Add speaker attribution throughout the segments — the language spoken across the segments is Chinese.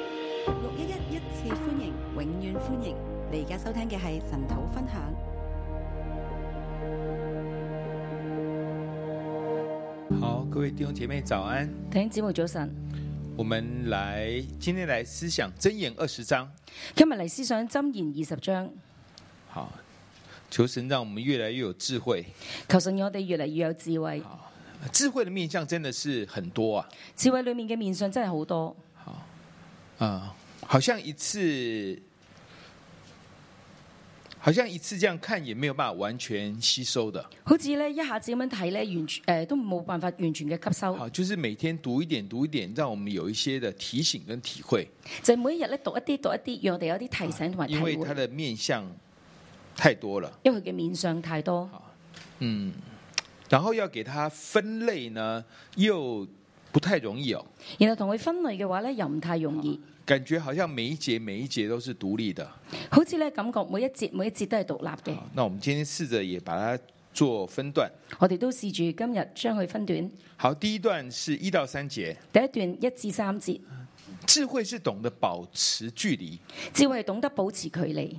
Speaker 1: 六一一一次歡迎，永遠歡迎！你而家收聽嘅係神土分享。
Speaker 2: 好，各位弟兄姐妹早安。
Speaker 3: 弟兄姊妹早晨，
Speaker 2: 我们来今天来思想箴言二十章。
Speaker 3: 今日嚟思想箴言二十章，
Speaker 2: 好，求神让我们越来越有智慧。
Speaker 3: 求神我哋越嚟越有智慧，
Speaker 2: 智慧的面向真的是很多啊，
Speaker 3: 智慧裏面嘅面相真係好多，
Speaker 2: 啊、好像一次，好像一次这样看也没有办法完全吸收的。
Speaker 3: 好似咧一下子咁樣睇咧，完全诶、呃都冇辦法完全嘅吸收，
Speaker 2: 好，就是每天读一点，读一点，让我们有一些的提醒跟体会，
Speaker 3: 就係每一日咧讀一啲讀一啲，讓我哋有啲提醒同埋體
Speaker 2: 因为它
Speaker 3: 會，
Speaker 2: 的面向太多了。
Speaker 3: 因為佢嘅面相太多，
Speaker 2: 嗯，然后要给它分类呢，又不太容易哦，
Speaker 3: 然後同佢分類嘅話咧又唔太容易，
Speaker 2: 感觉好像每一节每一节都是独立的。
Speaker 3: 好似咧感覺每一節每一節都係獨立嘅，
Speaker 2: 好那我们今天试着也把它做分段。
Speaker 3: 我哋都試住今日將佢分段，
Speaker 2: 好，第一段是一到三节，
Speaker 3: 第一段一至三節，
Speaker 2: 智慧是懂得保持距离
Speaker 3: 智慧係懂得保持距離，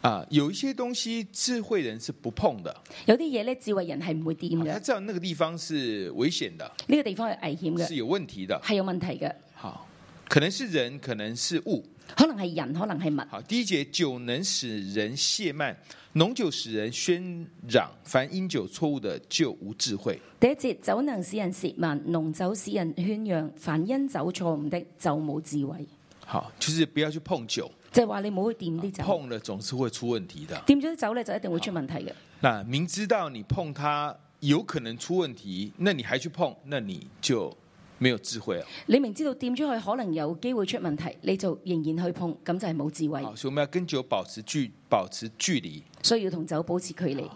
Speaker 2: 啊，有一些东西智慧人是不碰的，
Speaker 3: 有啲嘢咧智慧人係唔會掂嘅，
Speaker 2: 他
Speaker 3: 呢、
Speaker 2: 知道那个地方是危险的，
Speaker 3: 個地方係危險嘅
Speaker 2: 是。有问题的。
Speaker 3: 係有問題嘅，
Speaker 2: 好，可能是人，可能是物。
Speaker 3: 可能係人，可能係物。
Speaker 2: 好，第一节，酒能使人懈慢，浓酒使人喧嚷，凡因酒错误的，就无智慧。
Speaker 3: 第一節酒能使人舌慢，濃酒使人喧嚷，凡因酒錯誤的就冇智慧，
Speaker 2: 好，就是不要去碰酒，
Speaker 3: 就係話你冇去掂啲酒，
Speaker 2: 碰了總是會出問題的。
Speaker 3: 掂咗啲酒咧就一定會出問題嘅。
Speaker 2: 那明知道你碰它有可能出問題，那你還去碰，那你就没有智慧了。
Speaker 3: 你明知道掂咗佢可能有機會出問題，你就仍然去碰，咁就係冇智慧，
Speaker 2: 好，所以我們要跟酒保持距保持距離。
Speaker 3: 所以要同酒保持距離。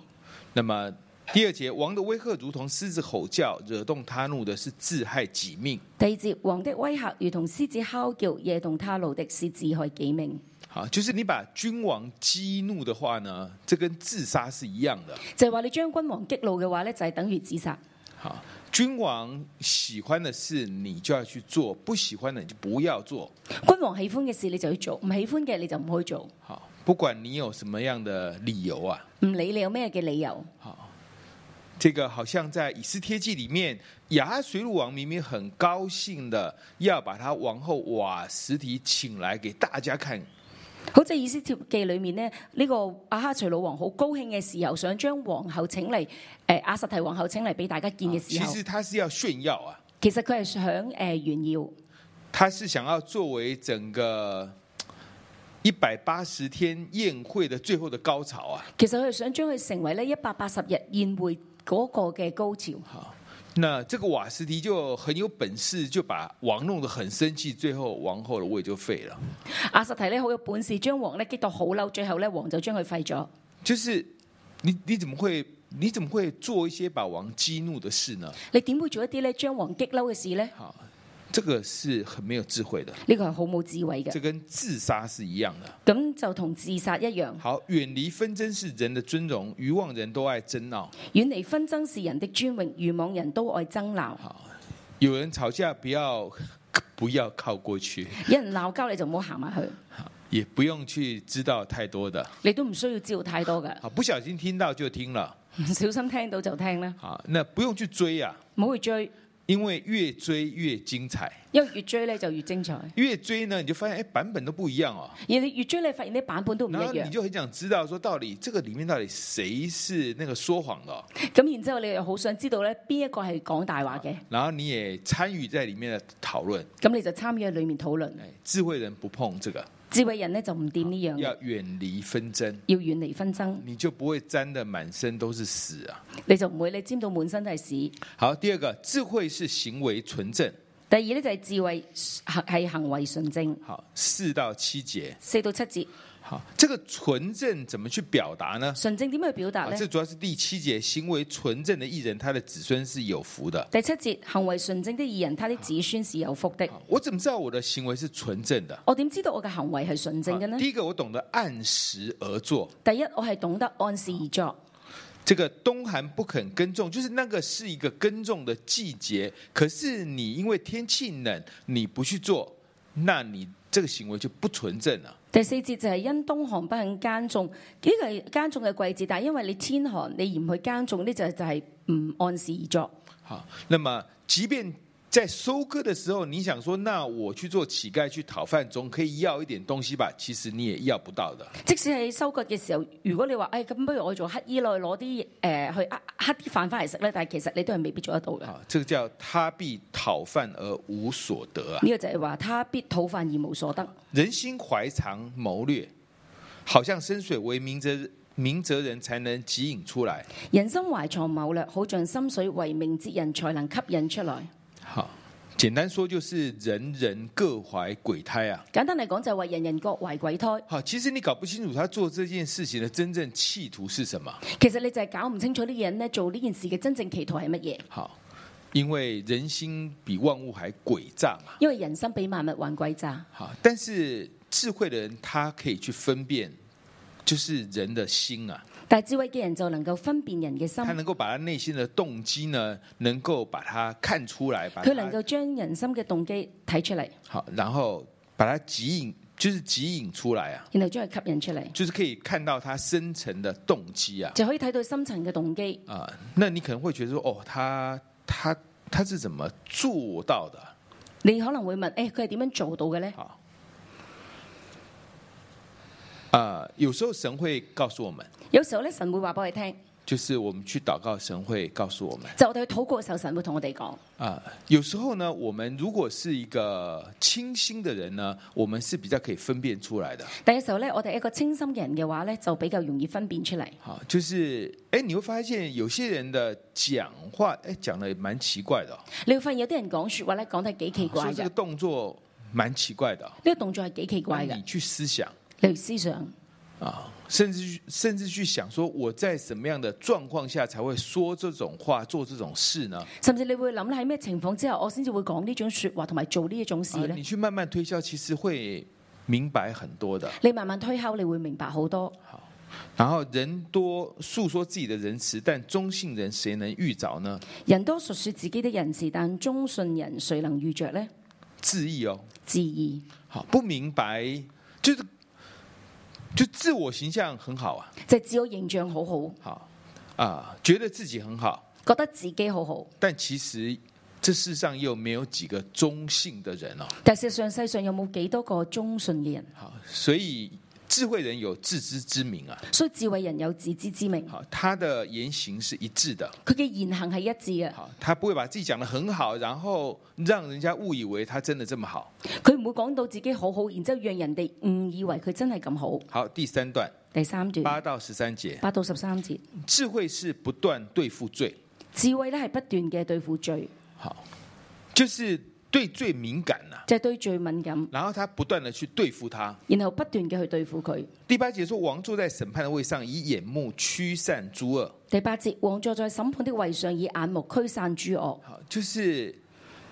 Speaker 2: 那麼第二節，王的威嚇如同獅子吼叫，惹動他怒的是自害己命。
Speaker 3: 第二節，王的威嚇如同獅子哮叫，夜動他怒的是自害己命。
Speaker 2: 好，就是你把君王激怒的話呢，這跟自殺是一樣的。
Speaker 3: 就係話你將君王激怒嘅話咧，就係等於自殺。
Speaker 2: 好，君王喜歡的事你就要去做，不喜歡的你就不要做。
Speaker 3: 君王喜歡嘅事你就去做，唔喜歡嘅你就唔去做，
Speaker 2: 好，不管你有什麼樣的理由啊，
Speaker 3: 唔理你有咩嘅理由。
Speaker 2: 这个好像在以斯帖记里面，亚哈水鲁王明明很高興的要把他王后瓦实提请来给大家看，
Speaker 3: 好似《以斯帖記》裏面呢，呢、個阿哈隨魯王好高興嘅時候，想將皇后請嚟，誒、阿實提皇后請嚟俾大家見嘅
Speaker 2: 啊其
Speaker 3: 時候，
Speaker 2: 實他是要炫耀啊，
Speaker 3: 其實佢係想誒、炫耀，
Speaker 2: 他是想要作为整个一百八十天宴會的最後的高潮啊。
Speaker 3: 其實佢係想將佢成為呢一百八十日宴會嗰個嘅高潮。
Speaker 2: 啊那这个瓦斯提就很有本事，就把王弄得很生氣，最後王后的位就廢了。
Speaker 3: 阿實提呢好有本事，將王呢激到好嬲，最後呢王就將佢廢咗。
Speaker 2: 就是你你怎麼會你怎麼會做一些把王激怒的事呢？
Speaker 3: 你點會做一啲呢將王激嬲嘅事呢？
Speaker 2: 好，这個是很沒有智慧的，
Speaker 3: 呢個係好冇智慧嘅
Speaker 2: 這，跟自殺是一樣的。
Speaker 3: 咁就同自殺一樣。
Speaker 2: 好，遠離紛爭是人的尊榮，愚妄人都愛爭鬧。
Speaker 3: 遠離紛爭是人的尊榮，愚妄人都愛爭鬧。
Speaker 2: 有人吵架不要不要靠過去，
Speaker 3: 有人鬧交你就唔好行埋去。
Speaker 2: 也不用去知道太多的。
Speaker 3: 你都唔需要知道太多嘅，
Speaker 2: 好，不小心聽到就聽了。
Speaker 3: 唔小心聽到就聽啦，
Speaker 2: 好，那不用去追啊，
Speaker 3: 唔好去追，
Speaker 2: 因為越追越精彩。
Speaker 3: 因為越追咧就越精彩。而
Speaker 2: 越追呢，你就發現哎、版本都不一樣哦。
Speaker 3: 你越追，你發現啲版本都唔一
Speaker 2: 然後你
Speaker 3: 樣，
Speaker 2: 就很想知道說，到底這個裡面到底誰是那個說謊的哦、
Speaker 3: 咁然之後你又好想知道咧邊一個係講大話嘅，
Speaker 2: 然後你也參與在裡面的討論。
Speaker 3: 咁你就參與喺裡面討論。
Speaker 2: 哎，智慧人不碰這個，
Speaker 3: 智慧人咧就唔掂呢樣
Speaker 2: 要
Speaker 3: 嘢，
Speaker 2: 遠離紛爭，
Speaker 3: 要遠離紛爭，
Speaker 2: 你就不會沾得滿身都是屎啊。
Speaker 3: 你就唔會你沾到滿身都係屎。
Speaker 2: 好，第二個，智慧是行為純正。
Speaker 3: 第二咧就係智慧行係行為純正，
Speaker 2: 好，四到七節。
Speaker 3: 四到七節
Speaker 2: 好，這個純正怎麼去表達呢？
Speaker 3: 純正點去表達
Speaker 2: 啊，這
Speaker 3: 咧？
Speaker 2: 主要是第七節，行為純正的義人，他的子孫是有福的。
Speaker 3: 第七節行為純正的義人，他的子孫是有福的。
Speaker 2: 好我怎麼知道我的行為是純正的？
Speaker 3: 我點知道我嘅行為係純正嘅呢
Speaker 2: 好？第一個，我懂得按時而做。
Speaker 3: 第一，我係懂得按時而作。
Speaker 2: 這個冬寒不肯耕種，就是那個是一個耕種的季節，可是你因為天氣冷，你不去做，那你这个行为就不纯正了。
Speaker 3: 第四節就係因冬寒不肯耕種，呢、個係耕種嘅季節，但係因為你天寒，你而唔去耕種，呢就就係唔按時而作。
Speaker 2: 好，那么即便在收割的时候，你想说，那我去做乞丐去讨饭，总可以要一点东西吧？其实你也要不到的。
Speaker 3: 即使係收割嘅時候，如果你話，哎，咁不如我做乞衣咯，攞啲誒去呃乞啲飯翻嚟食咧，但係其實你都係未必做得到嘅。呢、
Speaker 2: 啊，这个叫他必讨饭而无所得啊！
Speaker 3: 個就係話他必討飯而無所得。
Speaker 2: 人心怀藏谋略，好像深水为明哲明哲人才能汲引出来。
Speaker 3: 人心懷藏謀略，好像深水為明哲人才能吸引出來。
Speaker 2: 好，简单说就是人人各怀鬼胎啊！
Speaker 3: 簡單嚟講就係話人人各懷鬼胎。
Speaker 2: 好，其实你搞不清楚他做这件事情的真正企图是什么。
Speaker 3: 其實你就係搞唔清楚呢個人咧做呢件事嘅真正企圖係乜嘢，
Speaker 2: 好，因为人心比万物还诡诈嘛。
Speaker 3: 因為人心比萬物還鬼詐。
Speaker 2: 好，但是智慧的人他可以去分辨，就是人的心啊，
Speaker 3: 但係智慧嘅人就能夠分辨人嘅心
Speaker 2: 他，能够把他内心的动机呢，能够把它看出来，把
Speaker 3: 佢能
Speaker 2: 它
Speaker 3: 夠將人心嘅動機睇出嚟，
Speaker 2: 好，然后把它指引，就是指引出来啊，
Speaker 3: 然後將佢吸引出嚟，
Speaker 2: 就是可以看到他深层的动机啊
Speaker 3: 就可以睇到深層嘅動機。
Speaker 2: 啊，那你可能会觉得说，哦，他他他是怎么做到的啊？
Speaker 3: 你可能會問：，誒、佢係點樣做到嘅呢？
Speaker 2: 好。啊、有时候神会告诉我们，
Speaker 3: 有時候咧，神會話俾我哋聽，
Speaker 2: 就是我们去祷告，神会告诉我们。
Speaker 3: 就我哋去禱告嘅時候，神會同我哋講。
Speaker 2: 啊、有时候呢，我们如果是一个清新的人呢，我们是比较可以分辨出来的。
Speaker 3: 第一時候咧，我哋係一個清心嘅人嘅話咧，就比較容易分辨出嚟。
Speaker 2: 好，就是哎，你会发现有些人的讲话，哎，讲的也蛮奇怪的、哦，
Speaker 3: 你會發現有啲人講説話咧，講得係幾奇怪
Speaker 2: 说
Speaker 3: 嘅，
Speaker 2: 这
Speaker 3: 呢
Speaker 2: 个动作蛮奇怪的哦、
Speaker 3: 個動作係幾奇怪
Speaker 2: 那你
Speaker 3: 嘅。
Speaker 2: 去思想
Speaker 3: 例如思想，
Speaker 2: 啊，甚至去甚至去想说，我在什么样的状况下才会说这种话、做这种事呢？
Speaker 3: 甚至你會諗咧喺咩情況之下，我先至會講呢種説話同埋做呢一種事
Speaker 2: 啊
Speaker 3: 呢？
Speaker 2: 你去慢慢推敲，其实会明白很多的。
Speaker 3: 你慢慢推敲，你會明白好多。
Speaker 2: 然后人多诉说自己的仁慈，但忠信人谁能遇着呢？
Speaker 3: 人多述說自己的人事，但忠信人誰能遇着呢？
Speaker 2: 自意哦，
Speaker 3: 自義，
Speaker 2: 好不明白，就是就自我形象很好啊，
Speaker 3: 就係自我形象好好，
Speaker 2: 好啊，觉得自己很好，
Speaker 3: 覺得自己好好。
Speaker 2: 但其实这世上又没有几个忠信的人哦。
Speaker 3: 但事實上，世上有冇幾多個忠信嘅人？
Speaker 2: 好，所以智慧人有自知之明啊，
Speaker 3: 所以智慧人有自知之明，
Speaker 2: 好，他的言行是一致的，
Speaker 3: 佢嘅言行係一致嘅，
Speaker 2: 好，他不会把自己讲得很好，然后让人家误以为他真的这么好。
Speaker 3: 佢唔會講到自己好好，然之後讓人哋誤以為佢真係咁好。
Speaker 2: 好，第三段
Speaker 3: 第三段
Speaker 2: 八到十三节，
Speaker 3: 八到十三節，
Speaker 2: 智慧是不断对付罪，
Speaker 3: 智慧咧係不斷嘅對付罪，
Speaker 2: 好，就是对罪敏感呐、
Speaker 3: 就係、對罪敏感，
Speaker 2: 然后他不断的去对付他。
Speaker 3: 然後不斷嘅去對付佢。
Speaker 2: 第八节说，王坐在审判的位上，以眼目驱散诸恶。
Speaker 3: 第八節，王坐在審判的位上，以眼目驅散諸惡。
Speaker 2: 好，就是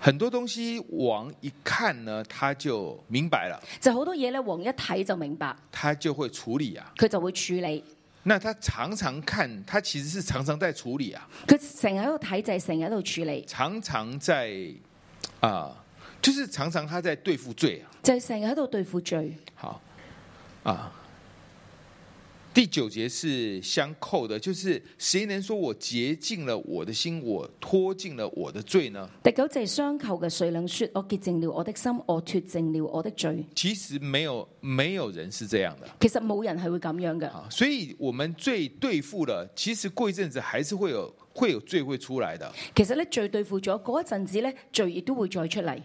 Speaker 2: 很多东西王一看呢，他就明白了，
Speaker 3: 就好多嘢咧，王一睇就明白，
Speaker 2: 他就会处理啊。
Speaker 3: 佢就會處理。
Speaker 2: 那他常常看，他其实是常常在处理啊，
Speaker 3: 佢成日喺度睇就係成日喺度處理，
Speaker 2: 常常在啊、就是常常他在对付罪啊。
Speaker 3: 就係成日喺度對付罪。
Speaker 2: 好啊。第九节是相扣的，就是谁能说我洁净了我的心，我脱尽了我的罪呢？
Speaker 3: 第九就係相扣嘅，誰能說我潔淨了我的心，我脱淨了我的罪？
Speaker 2: 其实没有，没有人是这样的
Speaker 3: 其實冇人係會咁樣嘅，
Speaker 2: 啊。所以我们罪对付了，其实过一阵子还是会有会有罪会出来的
Speaker 3: 其實咧罪對付咗嗰一陣子咧，罪亦都會再出嚟。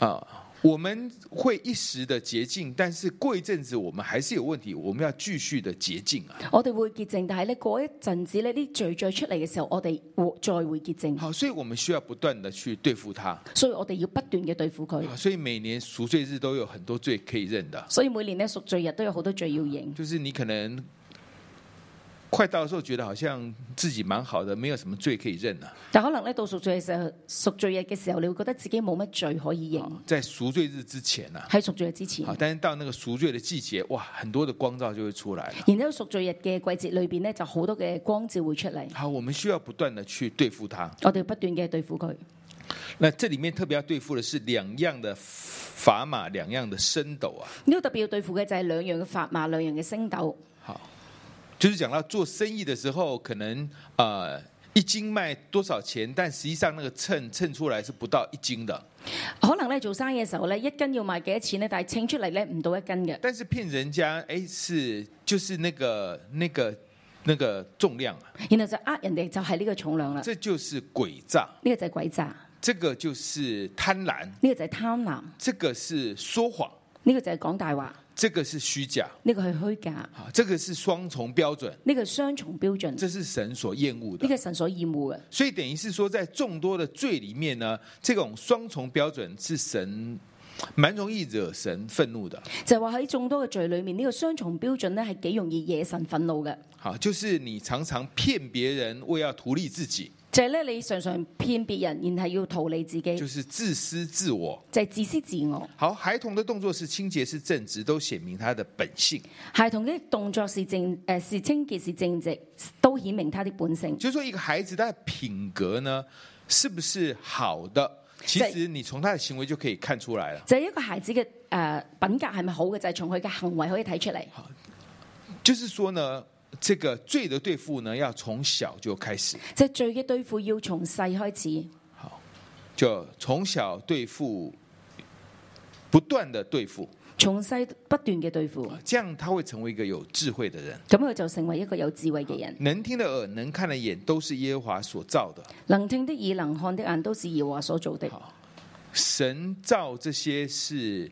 Speaker 2: 啊。我们会一时的洁净，但是过一阵子我们还是有问题，我们要继续的洁净啊。
Speaker 3: 我哋會潔淨，但係咧嗰一陣子咧啲罪再出嚟嘅時候，我哋會再會潔淨，
Speaker 2: 好，所以我们需要不断的去对付它。
Speaker 3: 所以我哋要不斷嘅對付佢。
Speaker 2: 啊，所以每年赎罪日都有很多罪可以认的，
Speaker 3: 所以每年咧贖罪日都有好多罪要認。
Speaker 2: 就是你可能快到的时候，觉得好像自己蛮好的，没有什么罪可以认了、啊
Speaker 3: 但可能咧到贖罪嘅時候，贖罪日嘅時候，你會覺得自己冇乜罪可以認。
Speaker 2: 在赎罪日之前呢、
Speaker 3: 喺贖罪日之前
Speaker 2: 好，，但是到那个赎罪的季节，哇，很多的光照就会出来了。
Speaker 3: 然之後贖罪日嘅季節裏邊咧，就好多嘅光照會出嚟，
Speaker 2: 好，我们需要不断的去对付它。
Speaker 3: 我哋不斷嘅對付佢。
Speaker 2: 那这里面特别要对付的是两样的砝码，两样的升斗啊。
Speaker 3: 呢個特別要對付嘅就係兩樣嘅砝碼、兩樣嘅升斗。
Speaker 2: 好，就是讲到做生意的时候，可能呃一斤卖多少钱，但实际上那个秤称出来是不到一斤的。
Speaker 3: 可能咧做生意嘅時候咧，一斤要賣幾多錢咧，但係稱出嚟咧唔到一斤嘅。
Speaker 2: 但是骗人家，哎，是就是那个那个那个重量啊，
Speaker 3: 然後就呃人哋就係呢個重量啦。
Speaker 2: 这就是诡诈，
Speaker 3: 呢、個就係鬼詐，呢、
Speaker 2: 这个就是贪婪，
Speaker 3: 個就係貪婪，呢、
Speaker 2: 这个是说谎，
Speaker 3: 個就係講大話，
Speaker 2: 这个是虚假，
Speaker 3: 呢、個係虛假，呢、
Speaker 2: 好，这个是双重标准，
Speaker 3: 個係雙重標準，呢、
Speaker 2: 这是神所厌恶
Speaker 3: 個
Speaker 2: 的。
Speaker 3: 係神所厭惡嘅。
Speaker 2: 所以等于是说，在众多的罪里面呢，这种双重标准是神蛮容易惹神愤怒的。
Speaker 3: 就係話喺眾多嘅罪裏面，呢、個雙重標準咧係幾容易惹神憤怒嘅。
Speaker 2: 好，就是你常常骗别人，为要图利自己，
Speaker 3: 就係咧，你常常騙別人，然係要逃離自己，
Speaker 2: 就
Speaker 3: 就是
Speaker 2: 自私自我。
Speaker 3: 係、自私自我。
Speaker 2: 好，孩童的动作是清洁是正直，都显明他的本性。
Speaker 3: 孩童的動作是正诶、是清潔是正直，都顯明他的本性。
Speaker 2: 就是说，一个孩子他的品格呢，是不是好的？其
Speaker 3: 在
Speaker 2: 实你从他的行为就可以看出来了。
Speaker 3: 就係一個孩子嘅诶、呃品格係咪好嘅，就係從佢嘅行為可以睇出嚟。
Speaker 2: 就是说呢，这个罪的对付呢，要从小就开始，
Speaker 3: 就係罪嘅對付要從細開始，
Speaker 2: 就从小对付，不断的对付，
Speaker 3: 從細不斷嘅對付，
Speaker 2: 这样他会成为一个有智慧的人。
Speaker 3: 咁佢就成為一個有智慧嘅人。
Speaker 2: 能听的耳，能看的眼，都是耶和华所造的。
Speaker 3: 能聽的耳、能看的眼，都是耶和華所做的。
Speaker 2: 神造这些是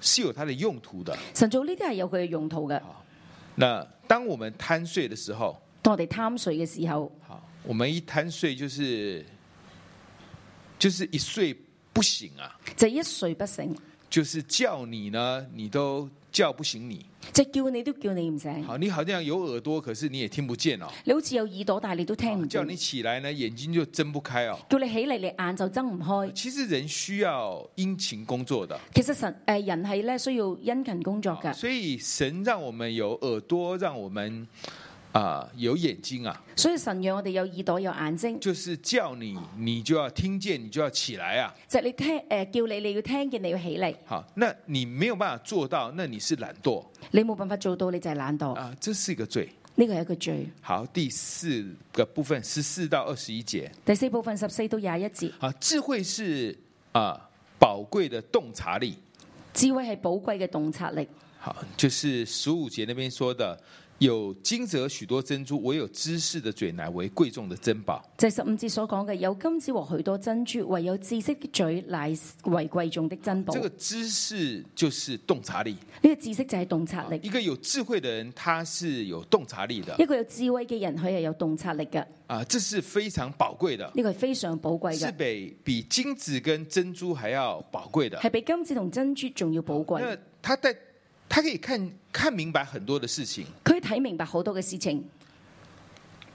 Speaker 2: 是有它的用途的。
Speaker 3: 神做呢啲係有佢嘅用途嘅。
Speaker 2: 那当我们贪睡的时候，
Speaker 3: 當我哋貪睡嘅時候，
Speaker 2: 好，我们一贪睡就是就是一睡不醒啊，
Speaker 3: 就一睡不醒，
Speaker 2: 就是叫你呢，你都叫不醒你。
Speaker 3: 就叫你都叫你唔醒。
Speaker 2: 好，你好像有耳朵，可是你也听不见哦。
Speaker 3: 你好似有耳朵，但係你都聽唔
Speaker 2: 啊叫
Speaker 3: 到。
Speaker 2: 你起来呢，眼睛就睁不开哦。
Speaker 3: 叫你起嚟，你眼就睜唔開。
Speaker 2: 其实人需要殷勤工作的，
Speaker 3: 其實神诶、人係咧需要殷勤工作㗎，
Speaker 2: 所以神让我们有耳朵，让我们啊、有眼睛啊，
Speaker 3: 所以神讓我哋有耳朵有眼睛，
Speaker 2: 就是叫你，你就要听见，你就要起来啊。
Speaker 3: 就係你聽诶、叫你你要聽見，你要起嚟，
Speaker 2: 好，那你没有辦法做到，那你是懶惰
Speaker 3: 你冇辦法做到，你就係懶惰。
Speaker 2: 啊，这是一个罪。
Speaker 3: 呢個係一個罪。
Speaker 2: 好，第四个部分十四到二十一节
Speaker 3: 第四部分十四到廿一節，
Speaker 2: 啊，智慧是啊宝贵的洞察力。
Speaker 3: 智慧係寶貴嘅洞察力。
Speaker 2: 好，就是十五节那边说的，有金子和许多珍珠，唯有知识的嘴乃为贵重的珍宝。
Speaker 3: 就係十五節所講嘅，有金子和許多珍珠，唯有知識的嘴乃為貴重的珍寶。
Speaker 2: 这
Speaker 3: 呢、
Speaker 2: 个知识就是洞察力。啊
Speaker 3: 個知識就係洞察力。
Speaker 2: 一个有智慧的人，他是有洞察力的
Speaker 3: 一個有智慧嘅人，佢係有洞察力嘅，呢、
Speaker 2: 啊，这是非常宝贵的。
Speaker 3: 個係非常寶貴
Speaker 2: 是
Speaker 3: 嘅，
Speaker 2: 比比金子跟珍珠还要宝贵的。
Speaker 3: 係比金子同珍珠仲要寶貴。
Speaker 2: 那他在他可以看看明白很多的事情，
Speaker 3: 佢睇明白好多嘅事情，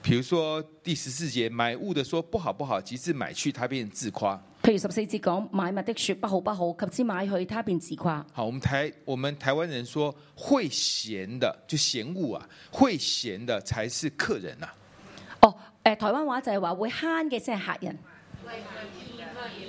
Speaker 2: 比如说第十四节，买物的说不好不好，及至买去他便自夸。
Speaker 3: 譬如十四節講買物的说不好不好，及之買去，他便自夸。
Speaker 2: 好，我们台我们台湾人说会闲的就闲物啊，会闲的才是客人啊呐、
Speaker 3: 哦，诶、台灣話就係話會慳嘅先係客人。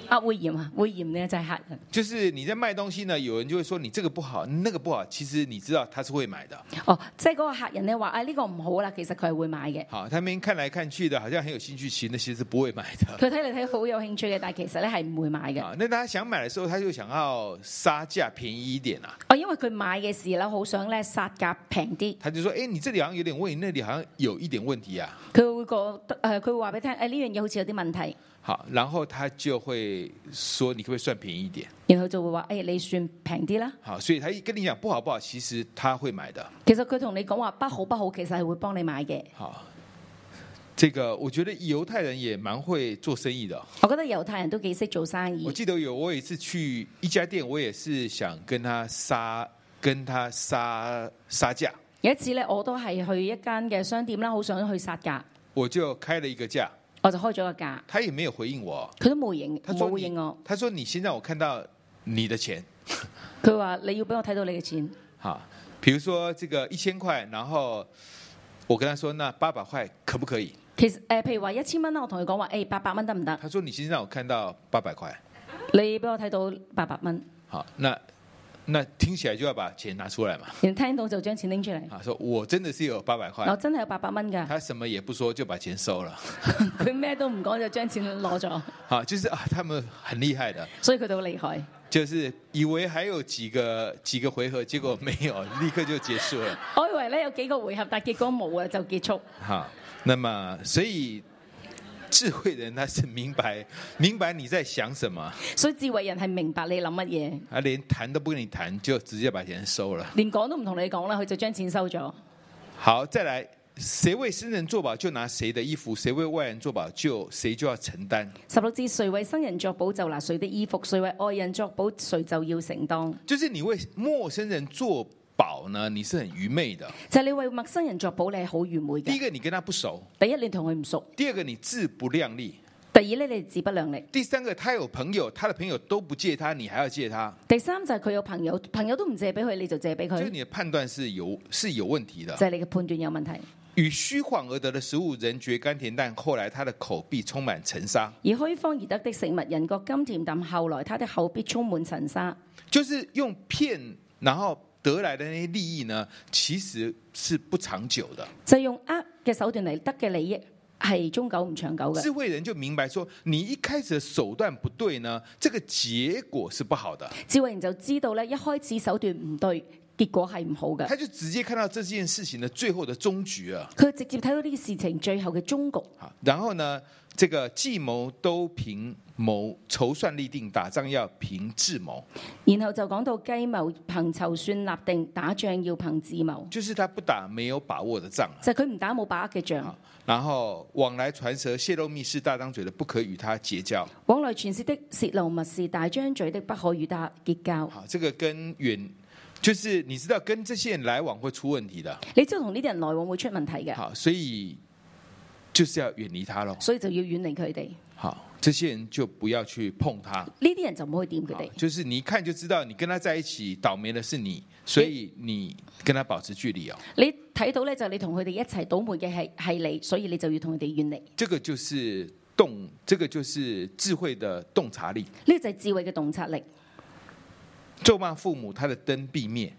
Speaker 3: 啊，會嫌啊，會嫌呢就係客人。
Speaker 2: 就是你在卖东西呢，有人就会说你这个不好，那个不好，其实你知道他是会买的。
Speaker 3: 哦，即係嗰個客人咧話啊呢、個唔好啦，其實佢係會買嘅。
Speaker 2: 好，他们看来看去的，好像很有兴趣，其实那些是不会买的。
Speaker 3: 佢睇嚟睇好有興趣嘅，但係其實咧係唔會買嘅。
Speaker 2: 啊，那他想买的时候，他就想要杀价便宜一点啊，
Speaker 3: 哦，因為佢買嘅時咧，好想咧殺價平啲，
Speaker 2: 他就说，哎、你这里好像有点问题，那里好像有一点问题啊。
Speaker 3: 佢會覺得誒，佢會話俾你聽，誒呢樣嘢好似有啲問題，
Speaker 2: 好，然后他就會說你可不可以算便宜一點？
Speaker 3: 然後就會話誒、哎你算平啲啦。
Speaker 2: 好，所以他一跟你講不好不好，其實他會買的。
Speaker 3: 其實佢同你講話不好不好，其實係會幫你買嘅。
Speaker 2: 好，这個我覺得猶太人也蠻會做生意的。
Speaker 3: 我覺得猶太人都幾識做生
Speaker 2: 我
Speaker 3: 意。
Speaker 2: 記得有我有一次去一家店，我也是想跟他杀跟他杀杀价，
Speaker 3: 有一次咧，我都係去一間嘅商店啦，好想去殺價，
Speaker 2: 我就開了一個價，
Speaker 3: 我就開咗個價，
Speaker 2: 他也沒有回應我。
Speaker 3: 佢都冇應，
Speaker 2: 他
Speaker 3: 冇
Speaker 2: 說
Speaker 3: 回
Speaker 2: 你
Speaker 3: 應我。哦
Speaker 2: 他說你先讓我看到你的錢。
Speaker 3: 佢話你要俾我睇到你嘅錢，
Speaker 2: 好，比如說這個一千塊，然後我跟他說那八百塊可不可以？
Speaker 3: 其實誒、呃譬如話一千蚊啦，我同佢講話，誒八百蚊得唔得？
Speaker 2: 他说：“你今天让我看到八百块，
Speaker 3: 你俾我睇到八百蚊，
Speaker 2: 好，那那听起來就要把钱拿出來嘛。
Speaker 3: 然後聽到就將錢拎出嚟。
Speaker 2: 啊，说我真的是有八百
Speaker 3: 我
Speaker 2: 块，
Speaker 3: 真係有八百 蚊㗎，
Speaker 2: 他什麼也不說就把錢收了。
Speaker 3: 佢咩都唔講就將錢攞咗，
Speaker 2: 好，就是啊，他們很厲害的，
Speaker 3: 所以佢都好厲害。
Speaker 2: 就是以為還有幾個幾個回合，結果沒有，立刻就結束了。
Speaker 3: 我以為咧有幾個回合，但結果冇啊，就結束。
Speaker 2: 好，那麼所以智慧人他是明白明白你在想什麼，
Speaker 3: 所以智慧人係明白你諗乜嘢，
Speaker 2: 他連談都不跟你談，就直接把錢收了。
Speaker 3: 連講都唔同你講啦，佢就將錢收咗。
Speaker 2: 好，再来，谁为生人作保，就拿谁的衣服；谁为外人作保，就谁就要承担。
Speaker 3: 十六字，誰為生人作保就拿誰的衣服，誰為愛人作保誰就要承當。
Speaker 2: 就是你为陌生人作保呢，你是很愚昧的。
Speaker 3: 就係你為陌生人作保，你係好愚昧
Speaker 2: 第一
Speaker 3: 嘅。
Speaker 2: 个，你跟他不熟；
Speaker 3: 第一，你同佢唔熟；
Speaker 2: 第二个，你自不量力；
Speaker 3: 第二咧，你自不量力；
Speaker 2: 第三个，他有朋友，他的朋友都不借他，你还要借他，
Speaker 3: 第三就係佢有朋友，朋友都唔借俾佢，你就借俾佢
Speaker 2: 所以，你的判斷是有是有问题
Speaker 3: 就
Speaker 2: 的。
Speaker 3: 係你嘅判斷有問題。
Speaker 2: 与虚晃而得的食物，人觉甘甜，但后来他的口必充满尘沙。
Speaker 3: 而虛方而得的食物，人覺甘甜，但後來他的口必充滿塵沙。
Speaker 2: 就是用骗，然后得来的那些利益呢，其实是不长久的。
Speaker 3: 就係用呃嘅手段嚟得嘅利益係終久唔長久嘅。
Speaker 2: 智慧人就明白说，你一开始的手段不对呢，这个结果是不好的。
Speaker 3: 智慧人就知道咧，一開始手段唔對，結果係唔好嘅。
Speaker 2: 他就直接看到这件事情的最后的终局了。
Speaker 3: 佢直接睇到呢個事情最後嘅終局。
Speaker 2: 好，然后呢，这个计谋都凭谋筹算立定，打仗要凭智谋，
Speaker 3: 然後就講到計謀憑籌算立定，打仗要憑智謀，
Speaker 2: 就是他不打没有把握的仗了。
Speaker 3: 就係佢唔打冇把握嘅仗
Speaker 2: 好。，然后往来传舌、泄露密事、大张嘴的，不可与他结交。
Speaker 3: 往來傳舌的泄露密事，大張嘴的不可與他結交。
Speaker 2: 好，这个跟远，就是你知道跟这些人来往會出问题的。
Speaker 3: 你知道同呢啲人來往會出問題嘅，
Speaker 2: 好，所以就是要远离他喽。
Speaker 3: 所以就要遠離佢哋。呢
Speaker 2: 好，这些人就不要去碰他。
Speaker 3: 啲人就唔好去掂佢
Speaker 2: 好
Speaker 3: 哋。
Speaker 2: 就是你一看就知道，你跟他在一起倒霉的是你，所以你跟他保持距离哦。
Speaker 3: 你睇到咧，就你同佢哋一齊倒霉嘅係係你，所以你就要同佢哋遠離。呢
Speaker 2: 这个就是洞，这个就是智慧的洞察力。
Speaker 3: 個就係智慧嘅洞察力。
Speaker 2: 咒骂父母，他的灯必灭。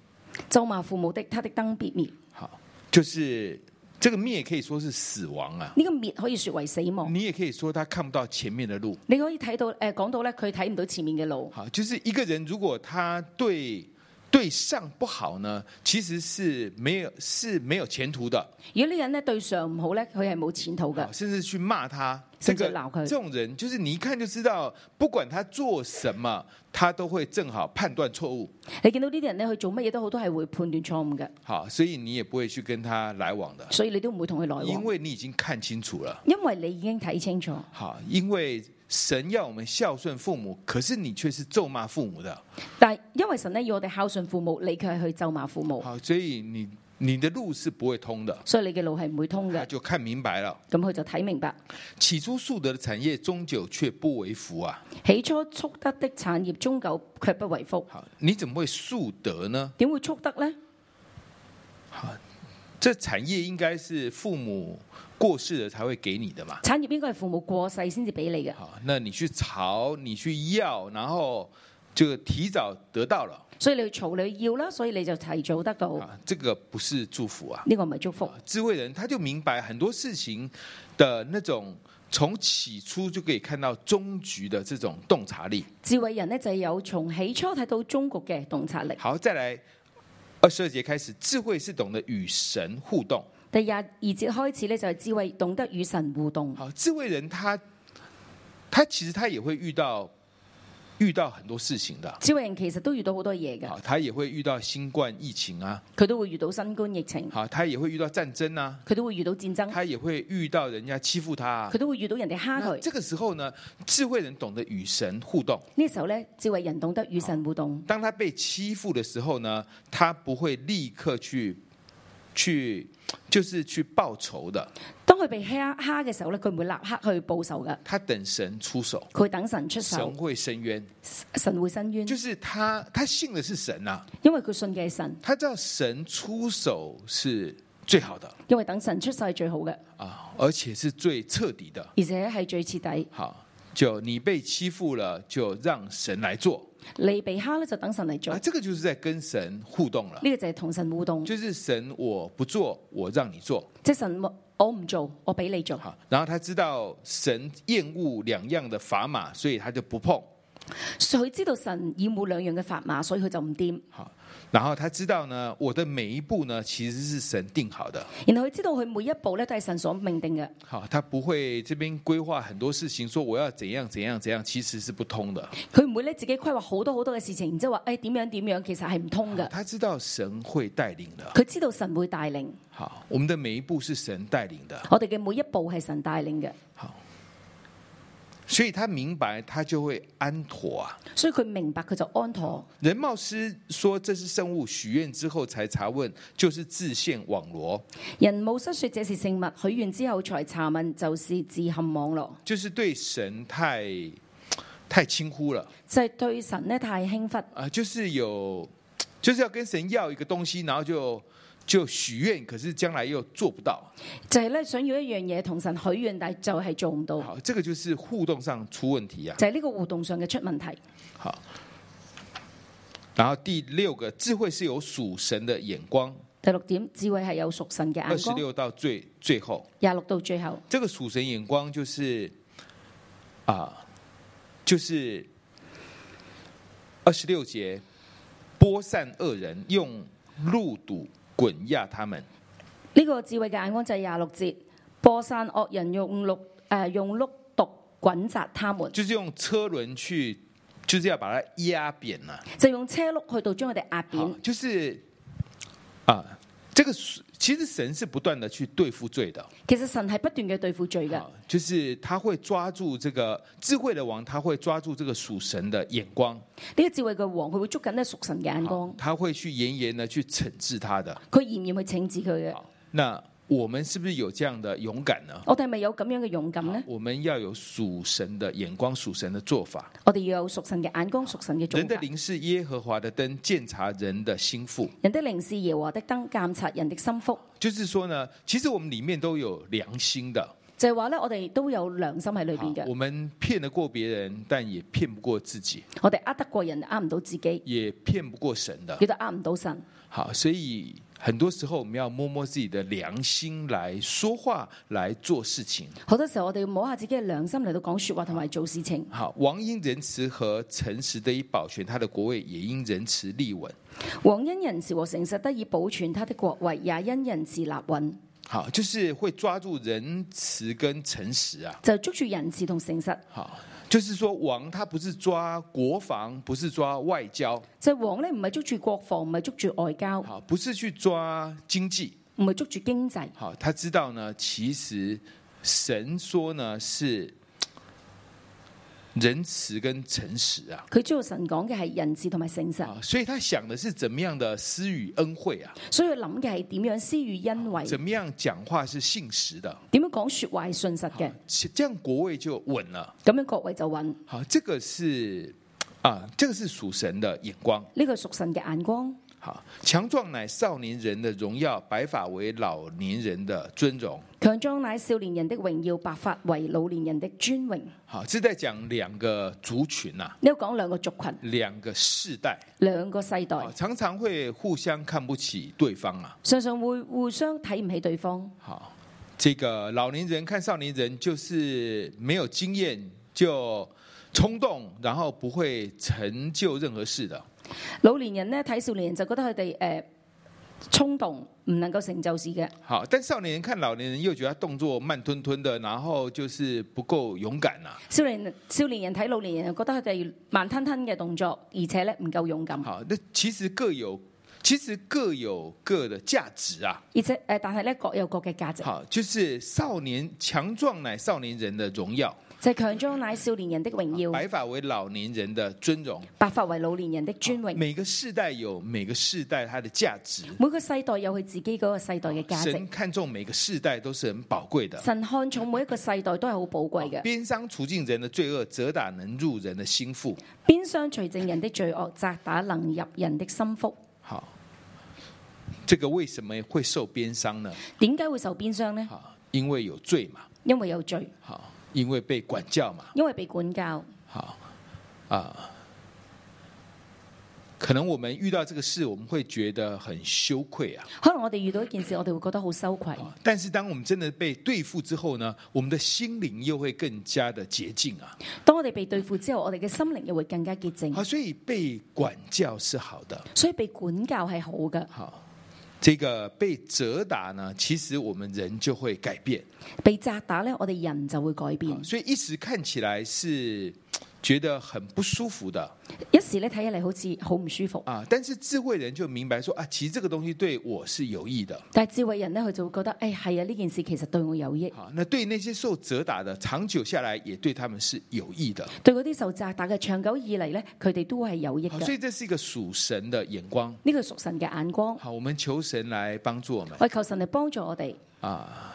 Speaker 3: 咒罵父母的，他的燈必滅。
Speaker 2: 好，就是这个灭可以说是死亡啊，
Speaker 3: 呢、個滅可以說為死亡。
Speaker 2: 你也可以说他看不到前面的路。
Speaker 3: 你可以睇到誒講到咧，佢睇唔到前面嘅路。
Speaker 2: 好，就是一个人如果他对对上不好呢，其实是没有是没有前途的。
Speaker 3: 如果呢個人咧對上唔好咧，佢係冇前途嘅
Speaker 2: 好。甚至去骂他，
Speaker 3: 甚
Speaker 2: 这
Speaker 3: 至
Speaker 2: 个
Speaker 3: 老客
Speaker 2: 这种人，就是你一看就知道，不管他做什么，他都会正好判断错误。
Speaker 3: 你見到呢啲人咧，佢做乜嘢都好，都係會判斷錯誤嘅，
Speaker 2: 好，所以你也不会去跟他来往的，
Speaker 3: 所以你都唔會同佢來
Speaker 2: 因
Speaker 3: 往，
Speaker 2: 为你已经看清楚了。
Speaker 3: 因為你已經睇清楚。
Speaker 2: 好，因为神要我们孝顺父母，可是你却是咒骂父母的。
Speaker 3: 但係因為神咧要我哋孝順父母，你卻係去咒罵父母，
Speaker 2: 好，所以你你的路是不会通的。
Speaker 3: 所以你嘅路係唔會通
Speaker 2: 他
Speaker 3: 嘅。
Speaker 2: 啊就看明白了，
Speaker 3: 咁佢就睇明白，
Speaker 2: 起初树德的产业，终究却不为福啊！
Speaker 3: 起初速得的產業，終究卻不為福。
Speaker 2: 好，你怎么会树德呢？
Speaker 3: 點會速得呢？
Speaker 2: 这产业应该是父母过世了才会给你的嘛。
Speaker 3: 產業應該係父母過世先至俾你嘅。
Speaker 2: 好，那你去吵，你去要，然后就提早得到了
Speaker 3: 所以你去嘈，你要啦，所以你就提早得到。呢、
Speaker 2: 啊，这个不是祝福啊。
Speaker 3: 個唔係祝福。
Speaker 2: 智慧人他就明白很多事情的那种从起初就可以看到终局的这种洞察力。
Speaker 3: 智慧人呢，就係有從起初睇到中國嘅洞察力。
Speaker 2: 好，再来二十二节开始，智慧是懂得與神互动。
Speaker 3: 第廿二節開始呢，就係智慧懂得與神互動。
Speaker 2: 好，智慧人他他其实他也会遇到遇到很多事情的。
Speaker 3: 智慧人其實都遇到好多嘢嘅，
Speaker 2: 好，他也会遇到新冠疫情啊，
Speaker 3: 佢都會遇到新冠疫情，
Speaker 2: 好，他也会遇到战争啊，
Speaker 3: 佢都會遇到戰爭，
Speaker 2: 他也会遇到人家欺负他、啊
Speaker 3: 佢。都會遇到人哋蝦
Speaker 2: 那
Speaker 3: 佢。
Speaker 2: 这个时候呢，智慧人懂得与神互動。
Speaker 3: 呢時候呢，智慧人懂得與神互動。
Speaker 2: 当他被欺负的时候呢，他不会立刻去去就是去报仇的，
Speaker 3: 當佢被蝦蝦嘅時候呢，佢唔會立刻去報仇嘅，
Speaker 2: 他等神出手，
Speaker 3: 佢會等神出
Speaker 2: 神
Speaker 3: 手，
Speaker 2: 会伸冤。
Speaker 3: 神會伸冤
Speaker 2: 就，是他他信的是神啊，
Speaker 3: 因為佢信嘅係神，
Speaker 2: 他知道神出手是最好的
Speaker 3: 因為等神出世係最好嘅，
Speaker 2: 啊，而且是最彻底的。
Speaker 3: 而且係最徹底。
Speaker 2: 好，就你被欺负了，就让神来做
Speaker 3: 你被蝦咧就等神嚟做，
Speaker 2: 啊，
Speaker 3: 呢、
Speaker 2: 这个就是在跟神互动了，
Speaker 3: 個就係同神互動，
Speaker 2: 就是神我不做，我让你做。
Speaker 3: 即係神我唔做，我俾你做。
Speaker 2: 好，然后他知道神厌恶两样的砝码，所以他就不碰。
Speaker 3: 所以佢知道神以冇兩樣嘅法碼，所以佢就唔掂。
Speaker 2: 好，然后他知道呢，我的每一步呢，其实是神定好的。
Speaker 3: 然後佢知道佢每一步咧都係神所命定嘅，
Speaker 2: 好，他不会这边规划很多事情，说我要怎样怎样怎样，其实是不通的。
Speaker 3: 佢唔會咧自己規劃好多好多嘅事情，然之後話誒點樣點樣，其實係唔通嘅。
Speaker 2: 他知道神会带领的。
Speaker 3: 佢知道神會帶領，
Speaker 2: 好，我们的每一步是神带领的。
Speaker 3: 我哋嘅每一步係神帶領嘅，
Speaker 2: 好，所以他明白，他就会安妥啊。
Speaker 3: 所以佢明白佢就安妥。
Speaker 2: 人貌师说这是圣物，许愿之后才查问，就是自陷网罗，
Speaker 3: 人冇失說這是聖物，許願之後才查問，就是自陷網羅，
Speaker 2: 就是对神太太轻忽了
Speaker 3: 就係、對神咧太輕忽，
Speaker 2: 啊，就是有就是要跟神要一个东西，然后就就许愿，可是将来又做不到。
Speaker 3: 就係、咧想要一樣嘢同神許願，但係就係做唔到，
Speaker 2: 好，这个就是互动上出问题啊。
Speaker 3: 就係、呢個互動上嘅出問題。
Speaker 2: 好，然后第六个，智慧是有属神的眼光，
Speaker 3: 第六點，智慧係有屬神嘅
Speaker 2: 二
Speaker 3: 眼
Speaker 2: 十
Speaker 3: 光。
Speaker 2: 六到最最后。
Speaker 3: 廿六到最後，
Speaker 2: 这个属神眼光就是啊，就是二十六节，播散恶人，用路堵滚压他们。
Speaker 3: 呢、個智慧嘅眼光就係廿六節，播散惡人用碌誒、呃用碌毒滾砸他們，
Speaker 2: 就是用车轮去，就是要把它压扁了、
Speaker 3: 就用車碌去到將佢哋壓扁
Speaker 2: 好。，就是啊，这个属其实神是不断的去对付罪的，
Speaker 3: 其實神係不斷嘅對付罪嘅
Speaker 2: 啊，，就是他会抓住这个智慧的王，他会抓住这个属神的眼光，
Speaker 3: 呢、個智慧嘅王佢會捉緊咧屬神嘅眼光，
Speaker 2: 他会去严严的去惩治他的。
Speaker 3: 佢嚴嚴去懲治佢嘅。
Speaker 2: 好，那我们是不是有这样的勇敢呢？
Speaker 3: 我哋係咪有咁樣嘅勇敢呢？
Speaker 2: 我们要有属神的眼光，属神的做法。
Speaker 3: 我哋要有屬神嘅眼光、屬神嘅做
Speaker 2: 人的
Speaker 3: 法。
Speaker 2: 灵是耶和华的灯，鉴察人的心腹。
Speaker 3: 人的靈是耶和華的燈，監察人的心腹。
Speaker 2: 就是说呢，其实我们里面都有良心的。
Speaker 3: 就係話咧，我哋都有良心喺裏
Speaker 2: 好
Speaker 3: 邊嘅。
Speaker 2: 我们骗得过别人，但也骗不过自己，
Speaker 3: 我哋呃得過人，呃唔到自己，
Speaker 2: 也骗不过神的
Speaker 3: 亦。都呃唔到神。
Speaker 2: 好，所以很多时候我们要摸摸自己的良心来说话，来做事情。
Speaker 3: 好多時候我哋要摸下自己嘅良心嚟到講説話同埋做事情。
Speaker 2: 好，王因仁慈和诚实得以保全他的国位，也因仁慈立稳。
Speaker 3: 王因仁慈和誠實得以保存他的國位，也因仁慈立穩。
Speaker 2: 好，就是会抓住仁慈跟诚实啊。
Speaker 3: 就捉住仁慈同誠實。
Speaker 2: 好，就是说王他不是抓国防，不是抓外交，
Speaker 3: 就係王呢，唔係捉住國防，唔係捉住外交，
Speaker 2: 好，不是去抓经济。
Speaker 3: 唔係捉住經濟。
Speaker 2: 好，他知道呢，其实神说呢是仁慈跟诚实啊。
Speaker 3: 佢知道神講嘅係仁慈同埋誠實，
Speaker 2: 啊，所以他想的是怎么样的施与恩惠啊，
Speaker 3: 所以佢諗嘅係點樣施予恩惠，
Speaker 2: 怎么样讲话是信实的，
Speaker 3: 點樣講説話係信實
Speaker 2: 啊
Speaker 3: 嘅，
Speaker 2: 这样国位就稳了。
Speaker 3: 咁樣國位就穩。
Speaker 2: 好，这个是啊，这个是属神的眼光。
Speaker 3: 呢個係屬神嘅眼光，
Speaker 2: 好，强壮乃少年人的荣耀，白发为老年人的尊荣。
Speaker 3: 強壯乃少年人的榮耀，白髮為老年人的尊榮。
Speaker 2: 好，这在講兩個族群呐、啊，
Speaker 3: 呢度講兩個族群，
Speaker 2: 兩個世代，
Speaker 3: 兩個世代
Speaker 2: 啊，，常常會互相看不起對方啊。
Speaker 3: 常常會互相睇唔起對方。
Speaker 2: 好，这个老年人看少年人，就是沒有經驗就衝動，然後不會成就任何事的。
Speaker 3: 老年人呢，睇少年人就覺得佢哋誒衝動，唔能夠成就事嘅。
Speaker 2: 好，但少年人看老年人，又覺得他動作慢吞吞的，然後就是不夠勇敢啊呐、
Speaker 3: 少年少年人睇老年人，又覺得佢哋慢吞吞嘅動作，而且咧唔夠勇敢，
Speaker 2: 好，那其實各有，其實各有各的價值啊。
Speaker 3: 而且誒，但係咧各有各嘅價值。
Speaker 2: 好，就是少年强壯乃少年人的榮耀，
Speaker 3: 就係強壯乃少年人的榮耀，
Speaker 2: 白髮為老年人的尊榮。
Speaker 3: 白髮為老年人的尊榮。
Speaker 2: 每個世代有每個世代它的價值，
Speaker 3: 每個世代有佢自己嗰個世代嘅價值
Speaker 2: 神。看重每個世代都是很寶貴的。
Speaker 3: 神看重每一個世代都係好寶貴嘅。
Speaker 2: 鞭傷除尽人的罪惡，責打能入人的心腹。
Speaker 3: 邊傷除正人的罪惡，責打能入人的心腹。
Speaker 2: 好，这个为什么会受鞭伤呢？
Speaker 3: 點解會受鞭傷呢？
Speaker 2: 啊，因为有罪嘛，
Speaker 3: 因為有罪，
Speaker 2: 好，因为被管教嘛，
Speaker 3: 因為被管教。
Speaker 2: 好啊。可能我们遇到这个事，我们会觉得很羞愧啊。
Speaker 3: 可能我哋遇到一件事，我哋會覺得好羞愧。
Speaker 2: 但是当我们真的被对付之后呢，我们的心灵又会更加的洁净啊。
Speaker 3: 當我哋被對付之後，我哋嘅心靈又會更加潔淨。
Speaker 2: 啊，所以被管教是好的。
Speaker 3: 所以被管教係好嘅，
Speaker 2: 好，这个被责打呢，其实我们人就会改变。
Speaker 3: 被責打呢，我哋人就會改變。
Speaker 2: 所以一时看起来是觉得很不舒服的
Speaker 3: 一時呢，睇起嚟好似好唔舒服，
Speaker 2: 啊，但是智慧人就明白说啊，其实这个东西對我是有益的。
Speaker 3: 但係智慧人呢，佢就會覺得，誒係啊，呢件事其實對我有益，
Speaker 2: 好，那对那些受责打的，长久下来也对他们是有益的。
Speaker 3: 對嗰啲受責打嘅長久以嚟呢，佢哋都係有益
Speaker 2: 好，哦所
Speaker 3: 嘅。
Speaker 2: 以这是一个属神的眼光。
Speaker 3: 呢個係屬神嘅眼光，
Speaker 2: 好，我们求神来帮助我们
Speaker 3: 我求神嚟幫助我哋。
Speaker 2: 啊。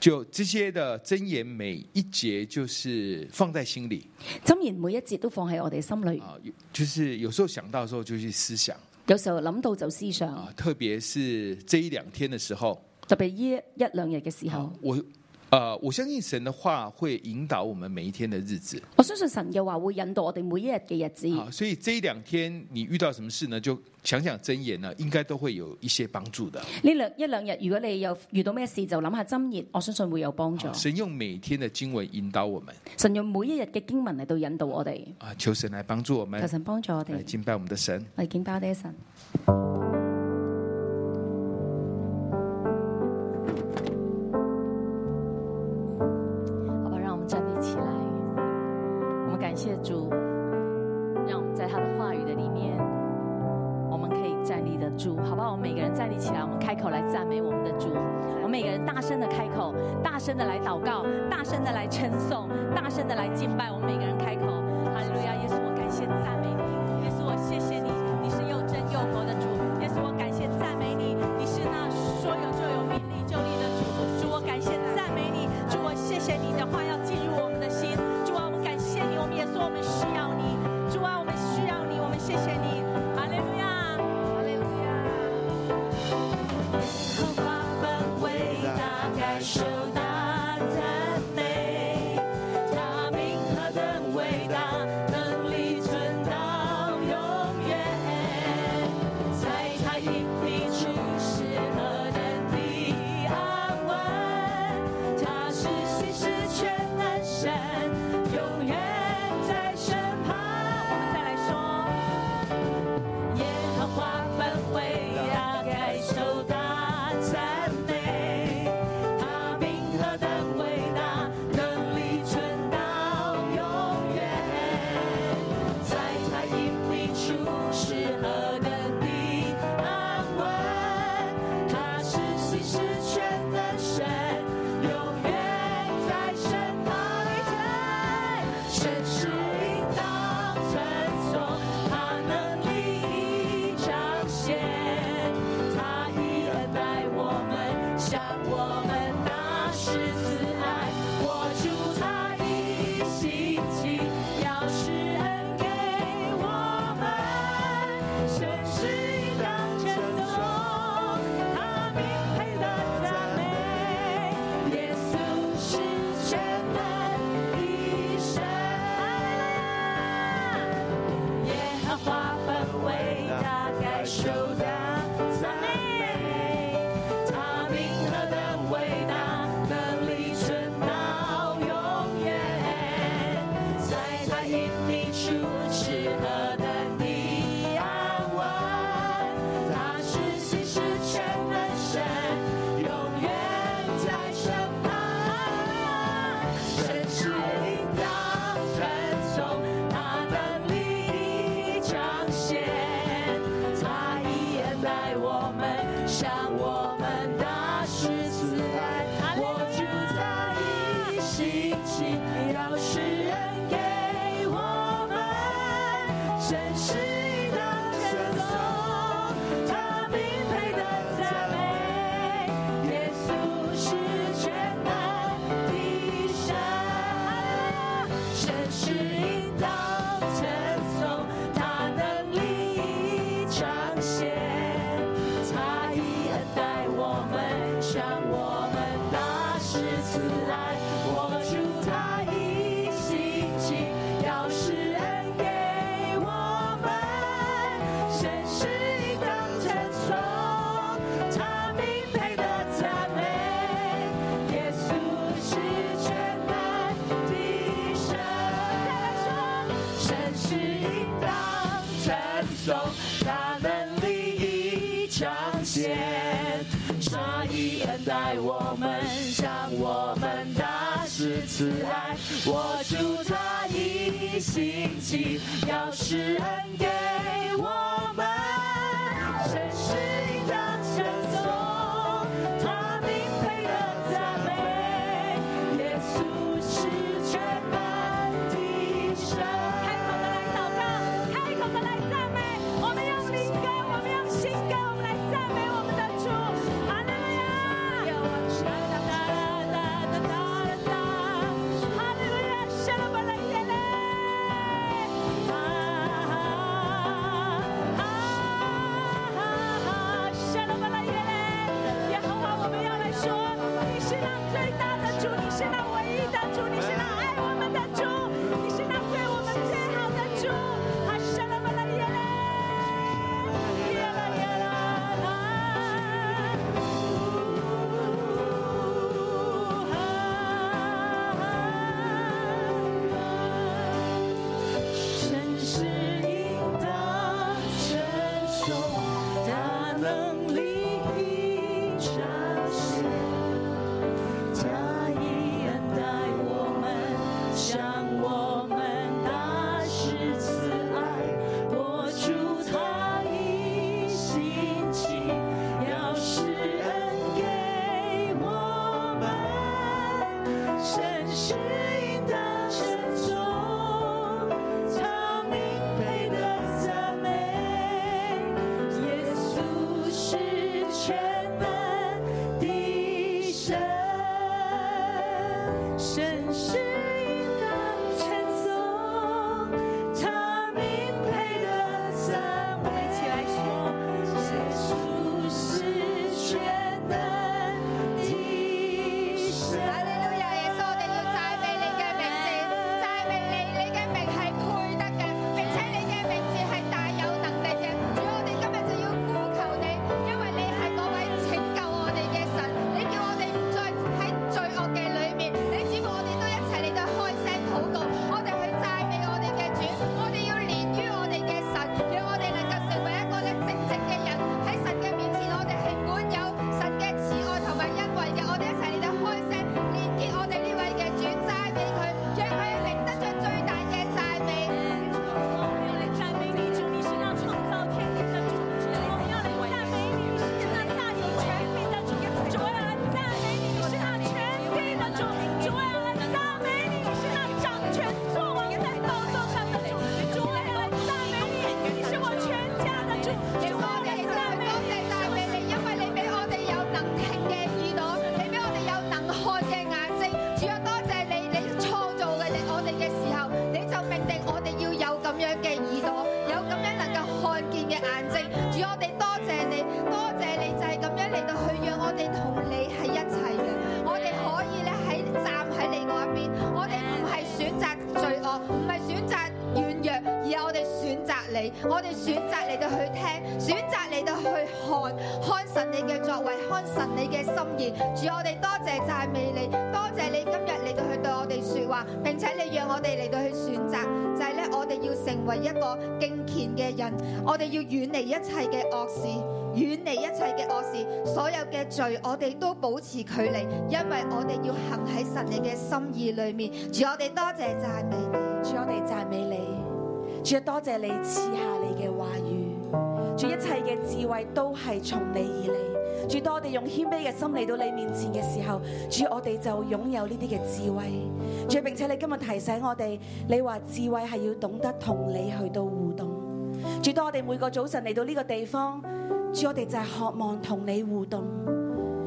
Speaker 2: 就这些的箴言，每一节就是放在心里
Speaker 3: 箴言每一節都放喺我哋心裏，
Speaker 2: 啊，有就是有時候想到的时候就去思想
Speaker 3: 有時候諗到就思想，
Speaker 2: 啊，特别是这一两天的时候，
Speaker 3: 特別呢一兩日嘅時候
Speaker 2: 啊，我呃，我相信神的话会引导我们每一天的日子
Speaker 3: 我相信神嘅話會引導我哋每一日嘅日子。
Speaker 2: 啊，所以这一两天你遇到什么事呢，就想想箴言呢，应该都会有一些帮助的。
Speaker 3: 呢兩一兩日，如果你有遇到咩事，就諗下箴言，我相信會有幫助
Speaker 2: 啊。神用每天的经文引导我们
Speaker 3: 神用每一日嘅經文嚟到引導我哋，
Speaker 2: 啊，求神来帮助我们
Speaker 3: 求，神幫助我
Speaker 2: 来
Speaker 3: 哋，
Speaker 2: 敬拜我们的神。
Speaker 3: 我哋敬拜我哋嘅神。
Speaker 4: 好吧，让我们站立起来。我们感谢主，让我们在他的话语的里面，我们可以站立得住，好不好？我们每个人站立起来，我们开口来赞美我们的主。我们每个人大声的开口，大声的来祷告，大声的来称颂，大声的来敬拜。我们每个人开口，哈利路亚！耶稣，我感谢赞美你，耶稣，我谢谢你，你是又真又活的主。耶稣，我感谢赞美你，你是那说有就有，命立就立的主。主，我感谢赞美你，主，我谢谢你的话要进入我们的心。主啊，我们感谢你，我们也说我们需要你。主啊，我们需要你，我们谢谢你。哈利路亚，哈利路亚。和华本为大，该受大赞美。他名何等伟大，能力存到永远。在他荫庇处是何等的安稳。他是信实全能神，永远在身旁。我们再来说。耶和华本为大，该受大赞美。他名何等伟大，能力存到永远。在他引领处是何等的安稳。他是信实全能神，永远在身旁。神是应当称颂，他能力彰显，他以恩待我们，向我们大施慈爱。我祝他一心情，要施恩给我们。神是应当称颂，他名配得赞美。耶稣是全能的神。耶和华本为大，该受的赞美。他名何等伟大，能力存到永远。在他引领处是何等的安稳。他是信实全能神，永远在身旁。神是应当传颂他能力彰显，他以恩待我们，向我们大施慈爱。我主他以心情，要施恩给我们，神是应当称颂，他必配得赞美。耶稣是全能的神，神是应当称颂，他能力彰显。心情，要施恩给我们，神是应当称颂，他名配得赞美，耶稣是全满的神。开口的来祷告，开口的来赞美，我们用灵歌，我们用新歌，我们来赞美我们的主，阿门。是那唯一的主，你是那爱我们的主，你是那对我们最好的主。哈沙拉巴拉耶嘞，耶啦耶啦啦。神是应当称颂，他能力已彰显，他以恩待我们，向我们大施慈爱，我主他以心情，要施恩给我们。神是应当称颂，他名配得赞美。耶稣是全能的神，神是应当称颂，他名配得赞美。一起来说，耶稣是全能的神。
Speaker 5: 哈利路亞！耶穌，我哋要讚美你嘅名字，讚美你，你嘅名係配得嘅，並且你嘅名字係大有能力嘅。主，我哋今日就要呼求你，因為你係嗰位拯救我哋嘅神，你叫我哋唔再喺罪惡嘅裏面。你只要我哋都一齊嚟到開聲禱告，我哋去讚美我哋嘅主，我哋要連於我哋嘅神，讓我哋能夠成為一個咧正直嘅人喺神嘅面前，我哋係滿有神嘅慈愛同埋恩惠嘅。我哋一齊嚟到開聲，連結我哋呢位嘅主，讚美佢，讓佢領得着最大嘅讚美。
Speaker 4: 我们要来赞美你，主，你是那创造天地的主；我们要来赞美你，你是那大有权柄的主；主，我要来赞美你，你是那全地的主；主，我要来赞美你，你是那掌权作王在宝座上的主；主，我要来赞美你，你是我全家的主；主，
Speaker 5: 我
Speaker 4: 我要来赞美
Speaker 5: 哋亦都係多謝
Speaker 4: 你。
Speaker 5: 大俾你，因為你俾我哋有能聽嘅耳朵，你俾我哋有能看嘅眼睛。主啊，多謝你，你創造嘅我哋嘅時候，你就命定我哋要有咁樣嘅耳朵，有咁樣能夠看見嘅眼睛。主，我哋多謝你，多謝你就係咁樣嚟到去讓我哋同你喺一齊嘅，我哋可以咧喺站喺你嗰一邊，我哋唔係選擇罪惡，唔係選擇軟弱，而係我哋選擇你，我哋選擇嚟到去聽，選擇嚟到去看，看神你嘅作為，看神你嘅心意。主，我哋多謝讚美你，多謝你今日嚟到去對我哋說話，並且你讓我哋嚟到去選擇，就係咧我哋要成為一個敬虔嘅人，我哋要遠離一切嘅惡事。遠離一切嘅惡事，所有嘅罪，我哋都保持距離，因為我哋要行喺神你嘅心意裏面。主，我哋多謝讚美你。
Speaker 6: 主，我哋讚美你，主啊，多謝你賜下你嘅話語，主一切嘅智慧都係從你而嚟，主當我哋用謙卑嘅心嚟到你面前嘅時候，主我哋就擁有呢啲嘅智慧，主並且你今日提醒我哋，你話智慧係要懂得同你去到互動，主當我哋每個早晨嚟到呢個地方，主我哋就係渴望同你互動。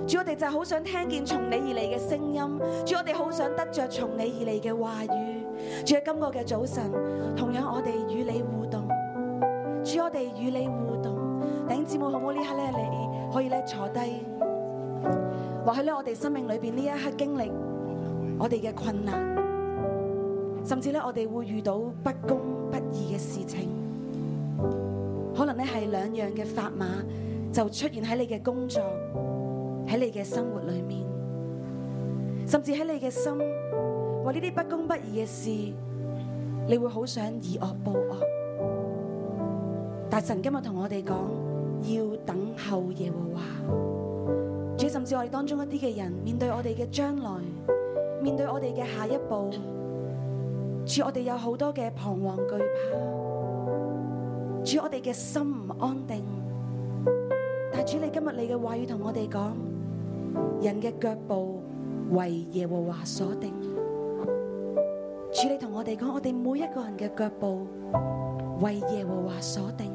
Speaker 6: 主，我哋就係好想聽見從你而嚟嘅聲音，主，我哋好想得着從你而嚟嘅話語。主喺今個嘅早晨，同樣我哋與你互動，主，我哋與你互動。弟兄姊妹，好唔好呢刻咧？你可以咧坐低，或許咧我哋生命裏邊呢一刻經歷我哋嘅困難，甚至咧我哋會遇到不公不義嘅事情，可能咧係兩樣嘅砝碼就出現喺你嘅工作。喺你嘅生活裏面，甚至喺你嘅心，為呢啲不公不義嘅事，你會好想以惡報惡。但神今日同我哋講，要等候耶和華。主，甚至我哋當中一啲嘅人，面對我哋嘅將來，面對我哋嘅下一步，主，我哋有好多嘅彷徨惧怕，主，我哋嘅心唔安定。但主，你今日你嘅话语同我哋讲，人嘅脚步为耶和华所定。主，你同我哋讲，我哋每一个人嘅脚步为耶和华所定。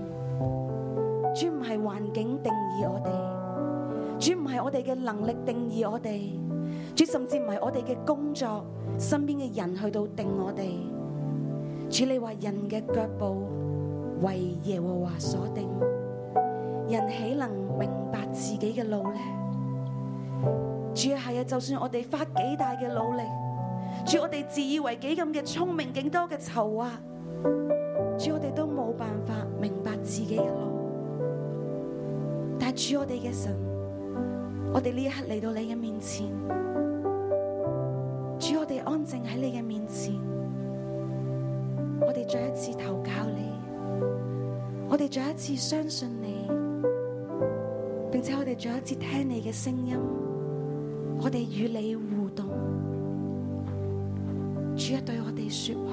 Speaker 6: 主唔系环境定义我哋，主唔系我哋嘅能力定义我哋，主甚至唔系我哋嘅工作、身边嘅人去到定我哋。主你话人嘅脚步为耶和华所定，人岂能明白自己嘅路呢？主系啊，就算我哋花几大嘅努力，主我哋自以为几咁嘅聪明，几多嘅筹划，主我哋都冇办法明白自己嘅路。但主我哋嘅神，我哋呢一刻嚟到你嘅面前，主我哋安静喺你嘅面前，我哋再一次投靠你，我哋再一次相信你，并且我哋再一次听你嘅声音，我哋与你互动，主啊对我哋说话，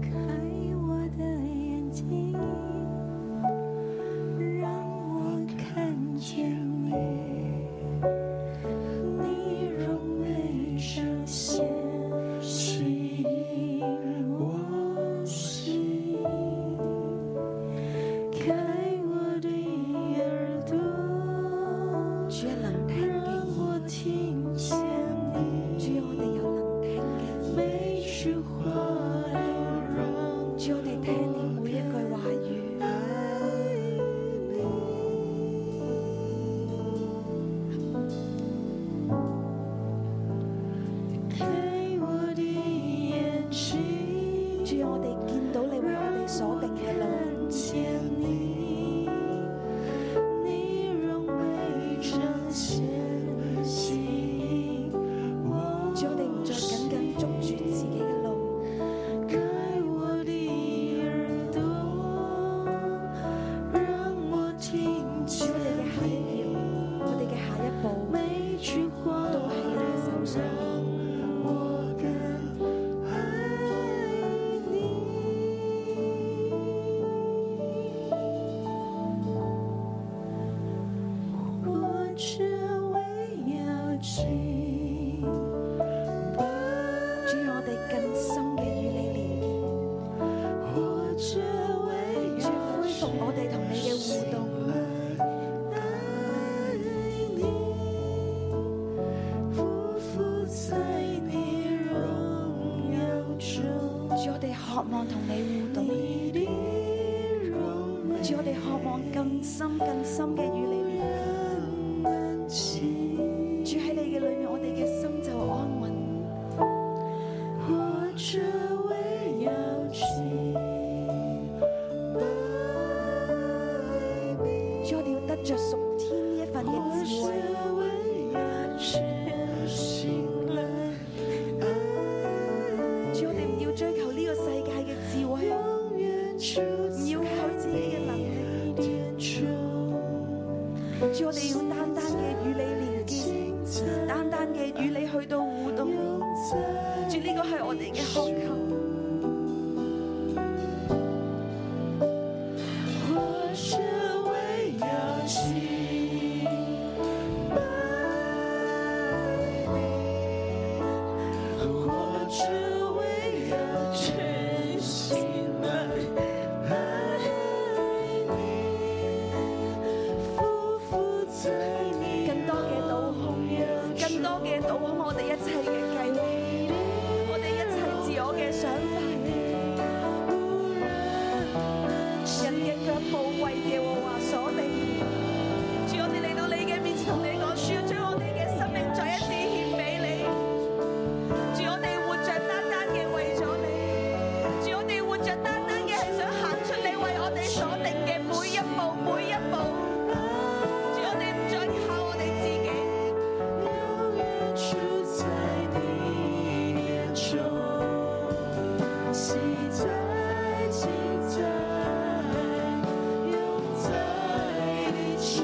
Speaker 7: 开我的眼睛，让我看见你，你容美彰显吸引我心。开我的耳朵，
Speaker 6: 主有能听嘅
Speaker 7: 让我
Speaker 6: 耳，
Speaker 7: 听见
Speaker 6: 主
Speaker 7: 你
Speaker 6: 我哋有能听嘅耳，
Speaker 7: 每句话的容。
Speaker 6: 主我哋听你每一句话语。
Speaker 7: 开我的眼睛，
Speaker 6: 主啊，我哋見到你為我哋所定嘅路，
Speaker 7: 看见你，你容美彰显吸引我
Speaker 6: 主我哋唔再緊緊捉住自己嘅路，
Speaker 7: 开我的耳朵，让我听
Speaker 6: 主
Speaker 7: 见
Speaker 6: 我哋嘅下一秒，我哋嘅下一步
Speaker 7: 每句话
Speaker 6: 都喺你嘅手上面。
Speaker 7: 我更爱你。我只为要紧抱
Speaker 6: 主啊，我哋更深嘅與你連結，
Speaker 7: 我只为
Speaker 6: 主啊恢復我
Speaker 7: 要
Speaker 6: 哋同你嘅互動，
Speaker 7: 爱你，匍匐在你荣耀中。
Speaker 6: 主我哋渴望同你互動，
Speaker 7: 你的容美
Speaker 6: 主我哋渴望更深更深嘅與你連
Speaker 7: 难及，
Speaker 6: 結，主喺你嘅裏面，我哋嘅心就安穩。
Speaker 7: 我只为要紧
Speaker 6: 主我哋要得着屬天呢一份嘅
Speaker 7: 我
Speaker 6: 智
Speaker 7: 只
Speaker 6: 慧，
Speaker 7: 为要
Speaker 8: 呢個係我哋嘅渴求。
Speaker 6: 我是为了心爱你，我只为了真心爱你，匍匐在你
Speaker 8: 更多嘅倒空，更多嘅倒空，我哋一切嘅計劃，我哋一切自我嘅想法，人嘅腳步為耶和華所定。主，我哋嚟到你嘅面前，同你講，主啊，將我哋嘅生命再一次獻俾你。主，我哋活着單單嘅為咗你。主，我哋活着單單嘅係想行出你為我哋所定嘅每一步，每一步。主，我哋唔再靠我哋自己，
Speaker 6: 永远住在你眼中，昔在、今在、永在的主。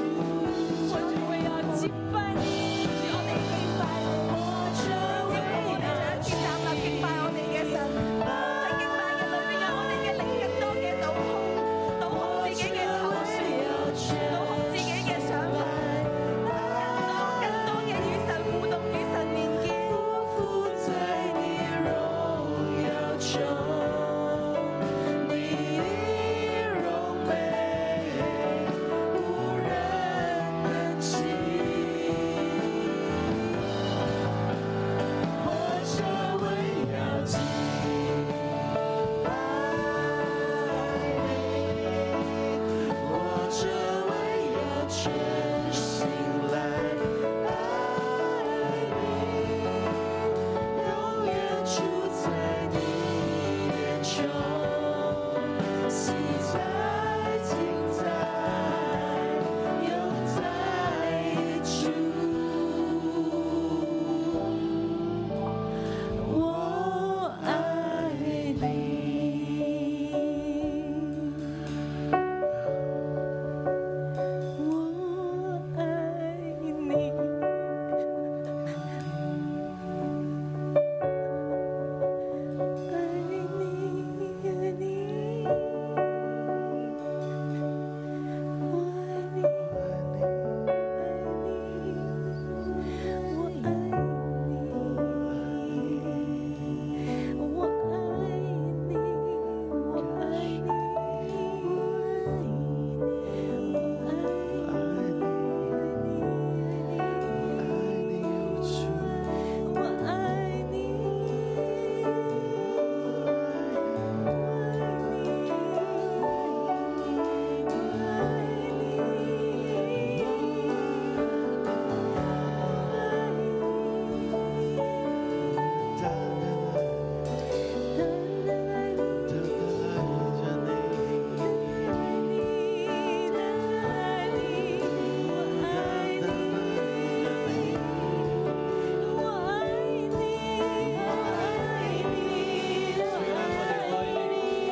Speaker 6: 我只为了敬拜你，主我哋敬拜你，我只为
Speaker 8: 我哋
Speaker 6: 了
Speaker 8: 再一次站立敬拜我哋嘅神。喺敬拜嘅裏邊，讓我哋嘅靈更多嘅倒空，倒空自己嘅口舌，倒空自己嘅想法，更多更多嘅與神互動，與神連結。
Speaker 6: 匍匐在你荣耀中，你的荣美无人能及。活着为了敬拜你，活着为了真心来爱你。永远住在你眼中，昔在、今在、永在的主。我爱你，我爱你。爱你，爱你，我爱你，爱你，我爱你，我爱你，我爱你，我爱你，我爱你。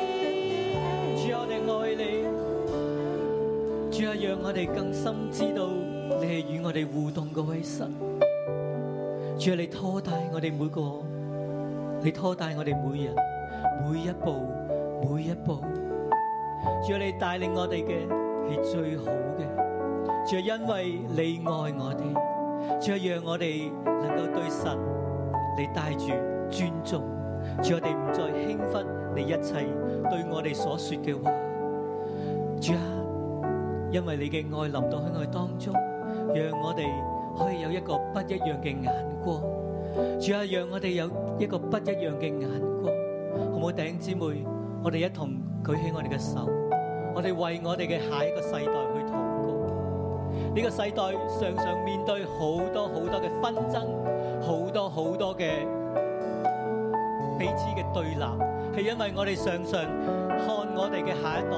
Speaker 9: 主啊，我哋愛你，主啊，讓我哋更深知道你係與我哋互動嘅位神。主啊，你拖帶我哋每個，你拖帶我哋每人每一步每一步。主啊，你帶領我哋嘅係最好嘅。主啊，因為你愛我哋，主啊，讓我哋能夠對神你帶住尊重。主，我哋唔再輕忽你一切對我哋所說嘅話。主啊，因為你嘅愛臨到喺我哋當中，讓我哋可以有一個不一樣嘅眼光。主啊，讓我哋有一個不一樣嘅眼光，好唔好？弟兄姊妹，我哋一同舉起我哋嘅手，我哋為我哋嘅下一個世代去禱告。呢個世代常常面對好多好多嘅紛爭，好多好多嘅彼此嘅對立，係因為我哋常常看我哋嘅下一代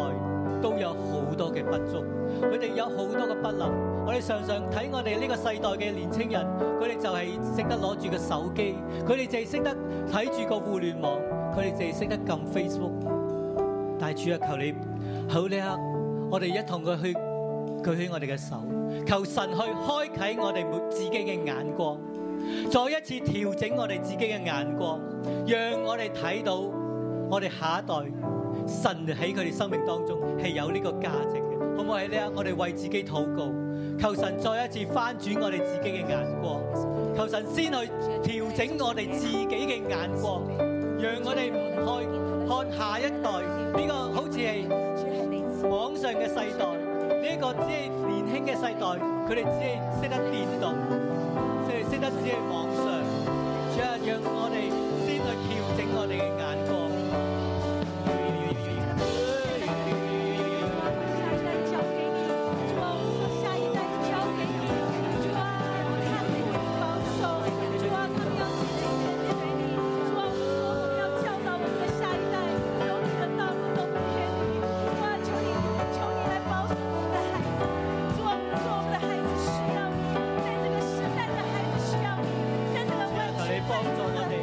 Speaker 9: 都有好多嘅不足，佢哋有好多嘅不能。我哋常常睇我哋呢個世代嘅年青人，佢哋就係識得攞住個手機，佢哋就係識得睇住個互聯網，佢哋就係識得撳 Facebook。但係主啊，求你好呢刻，我哋一同佢去舉起我哋嘅手，求神去開啟我哋每自己嘅眼光。再一次調整我哋自己嘅眼光，讓我哋睇到我哋下一代神喺佢哋生命當中係有呢個價值嘅，好唔好？喺呢一刻，我哋為自己禱告，求神再一次翻轉我哋自己嘅眼光，求神先去調整我哋自己嘅眼光，讓我哋唔去看下一代呢、個好似係。網上嘅世代，呢、一個只係年輕嘅世代，佢哋只係識得電動，佢哋識得只係網上。主啊，讓我哋先去調整我哋嘅眼光。啊啊求你幫助我哋，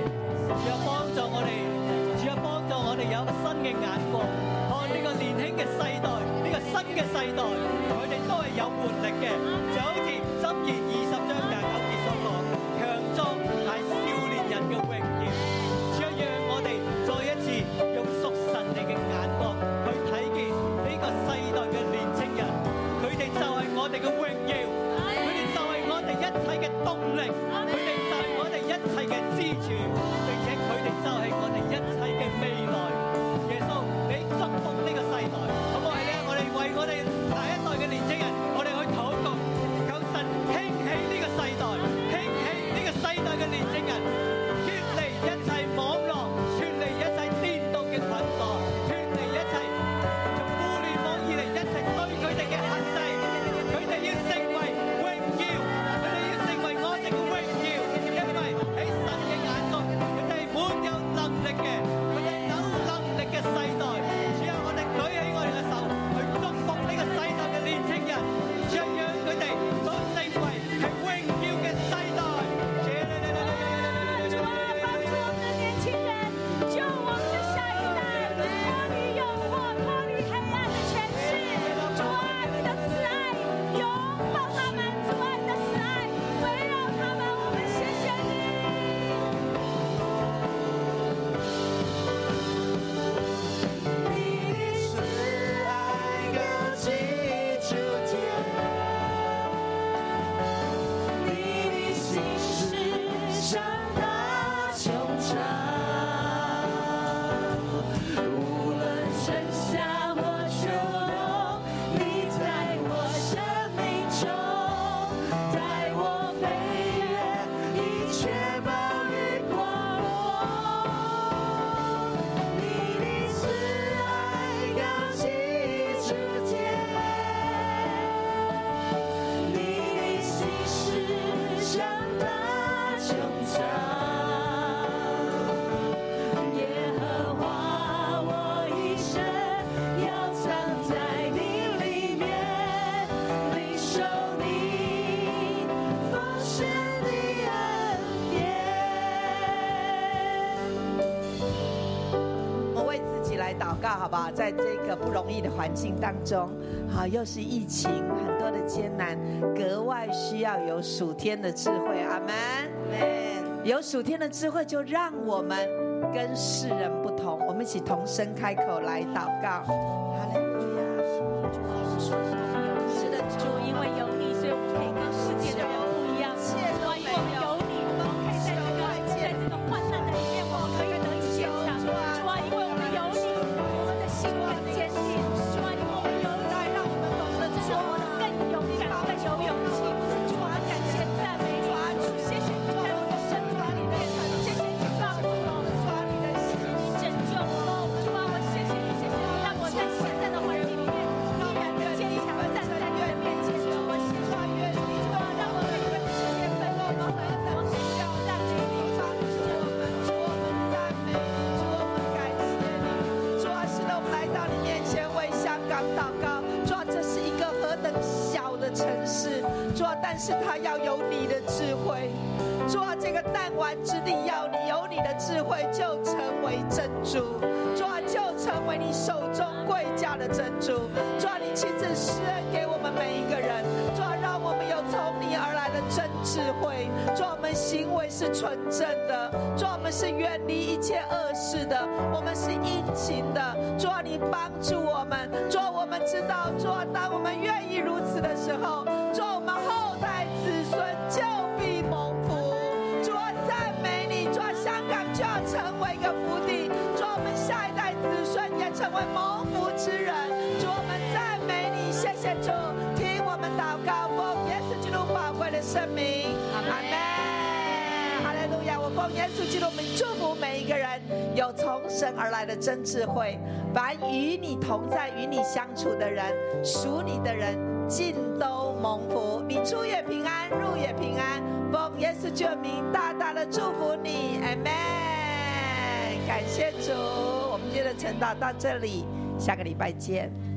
Speaker 9: 主啊幫助我哋，主啊幫助我哋有新嘅眼光，看呢個年輕嘅世代，呢、個新嘅世代，佢哋都係有活力嘅，就好似箴言二十章廿九節所講，強壯係少年人嘅榮耀。主啊，讓我哋再一次用屬神你嘅眼光去睇見呢個世代嘅年青人，佢哋就係我哋嘅榮耀。佢哋就係我哋一切嘅動力，佢哋就係我哋一切嘅支柱，並且佢哋就係我哋一切嘅未來。耶穌，你祝福呢個世代，好唔好？係啊，我哋為我哋下一代嘅年青人，我哋去禱告，求神興起呢個世代，興起呢個世代嘅年青人，脫離一切網絡，脫離一切顛倒嘅捆鎖，脫離一切從互聯網以嚟一切對佢哋嘅限制。佢哋要成為榮耀，佢哋要成為我哋嘅榮耀，因為喺神嘅眼中，佢哋係滿有能力嘅，佢哋有能力嘅世代。主啊，我哋舉起我哋嘅手去祝福呢個世代嘅年輕人，主啊，讓佢哋都成為係榮耀嘅世代。主啊，幫助我哋年輕人，救我哋嘅下一代脫離誘惑，脫離黑暗嘅權勢。主啊，你的慈愛擁抱他們，主啊，你的慈愛圍繞他們，我們謝謝你。
Speaker 4: 你的慈爱高及诸天，你的心事像大穹苍，无论春夏或秋冬，你在我生命中带我飞越一切暴雨狂风。你的慈爱高及诸天，你的心事像大穹苍。耶和华，我一生要藏在你里面，领受你丰盛的恩典。
Speaker 10: 我为自己来祷告，好不好？在这个不容易的环境当中，好，又是疫情，很多的艰难，格外需要有属天的智慧。阿门，有属天的智慧，就让我们跟世人不同。我们一起同声开口来祷告。哈利路亚！是的，主，因为有你，所以我们可以跟世界的人不一样。谢谢主，因为有你，我们可以在这个在这个患难的里面，我们可以得以坚强。主啊，因为我们有你，我们的心更坚定。主啊，因为我们有你，让我们懂得真的活得更勇敢、更有勇气。主啊，感谢赞美你，主，谢谢你在我的生命里面，谢谢你放纵我，谢谢你拯救我。主啊，我谢谢你，谢谢你让我在现在的环境里面依然的坚强，站在你的面前。主，我谢谢你，主啊，让我们跟世界奋斗，我们很勇敢，站在你的主，我们赞美，主，我们感谢你。主啊，使得我们来到你面前为香港祷告。主啊，这是一个何等小的城市，主啊，但是它要有你的智慧。主啊，这个弹丸之地要你有你
Speaker 4: 的智慧就成为珍珠，主啊，就成为你手中贵价的珍珠。主啊，你亲自施恩给我们每一个人，主啊，让我们有从你而来的真智慧，主啊，我们行为是纯正的，主啊，我们是远离一切恶事的，我们是殷勤的，主啊，你帮助我们，主啊，我们知道，主啊，当我们愿意如此的时候，主啊，我们后代子孙就必蒙福。主啊，赞美你！主啊，香港就要成为一个福地，主啊，我们下一代子孙也成为蒙福之人。主啊，我们赞美你，谢谢主，听我们祷告，奉耶稣基督宝贵的圣名，阿门。哈利路亚！我奉耶稣基督名祝福每一个人，有从神而来的真智慧。凡与你同在、与你相处的人，属你的人，尽都蒙福。你出也平安，入也平安。奉耶稣救名，大大的祝福你，Amen。感谢主，我们今天的晨祷到这里，下个礼拜见。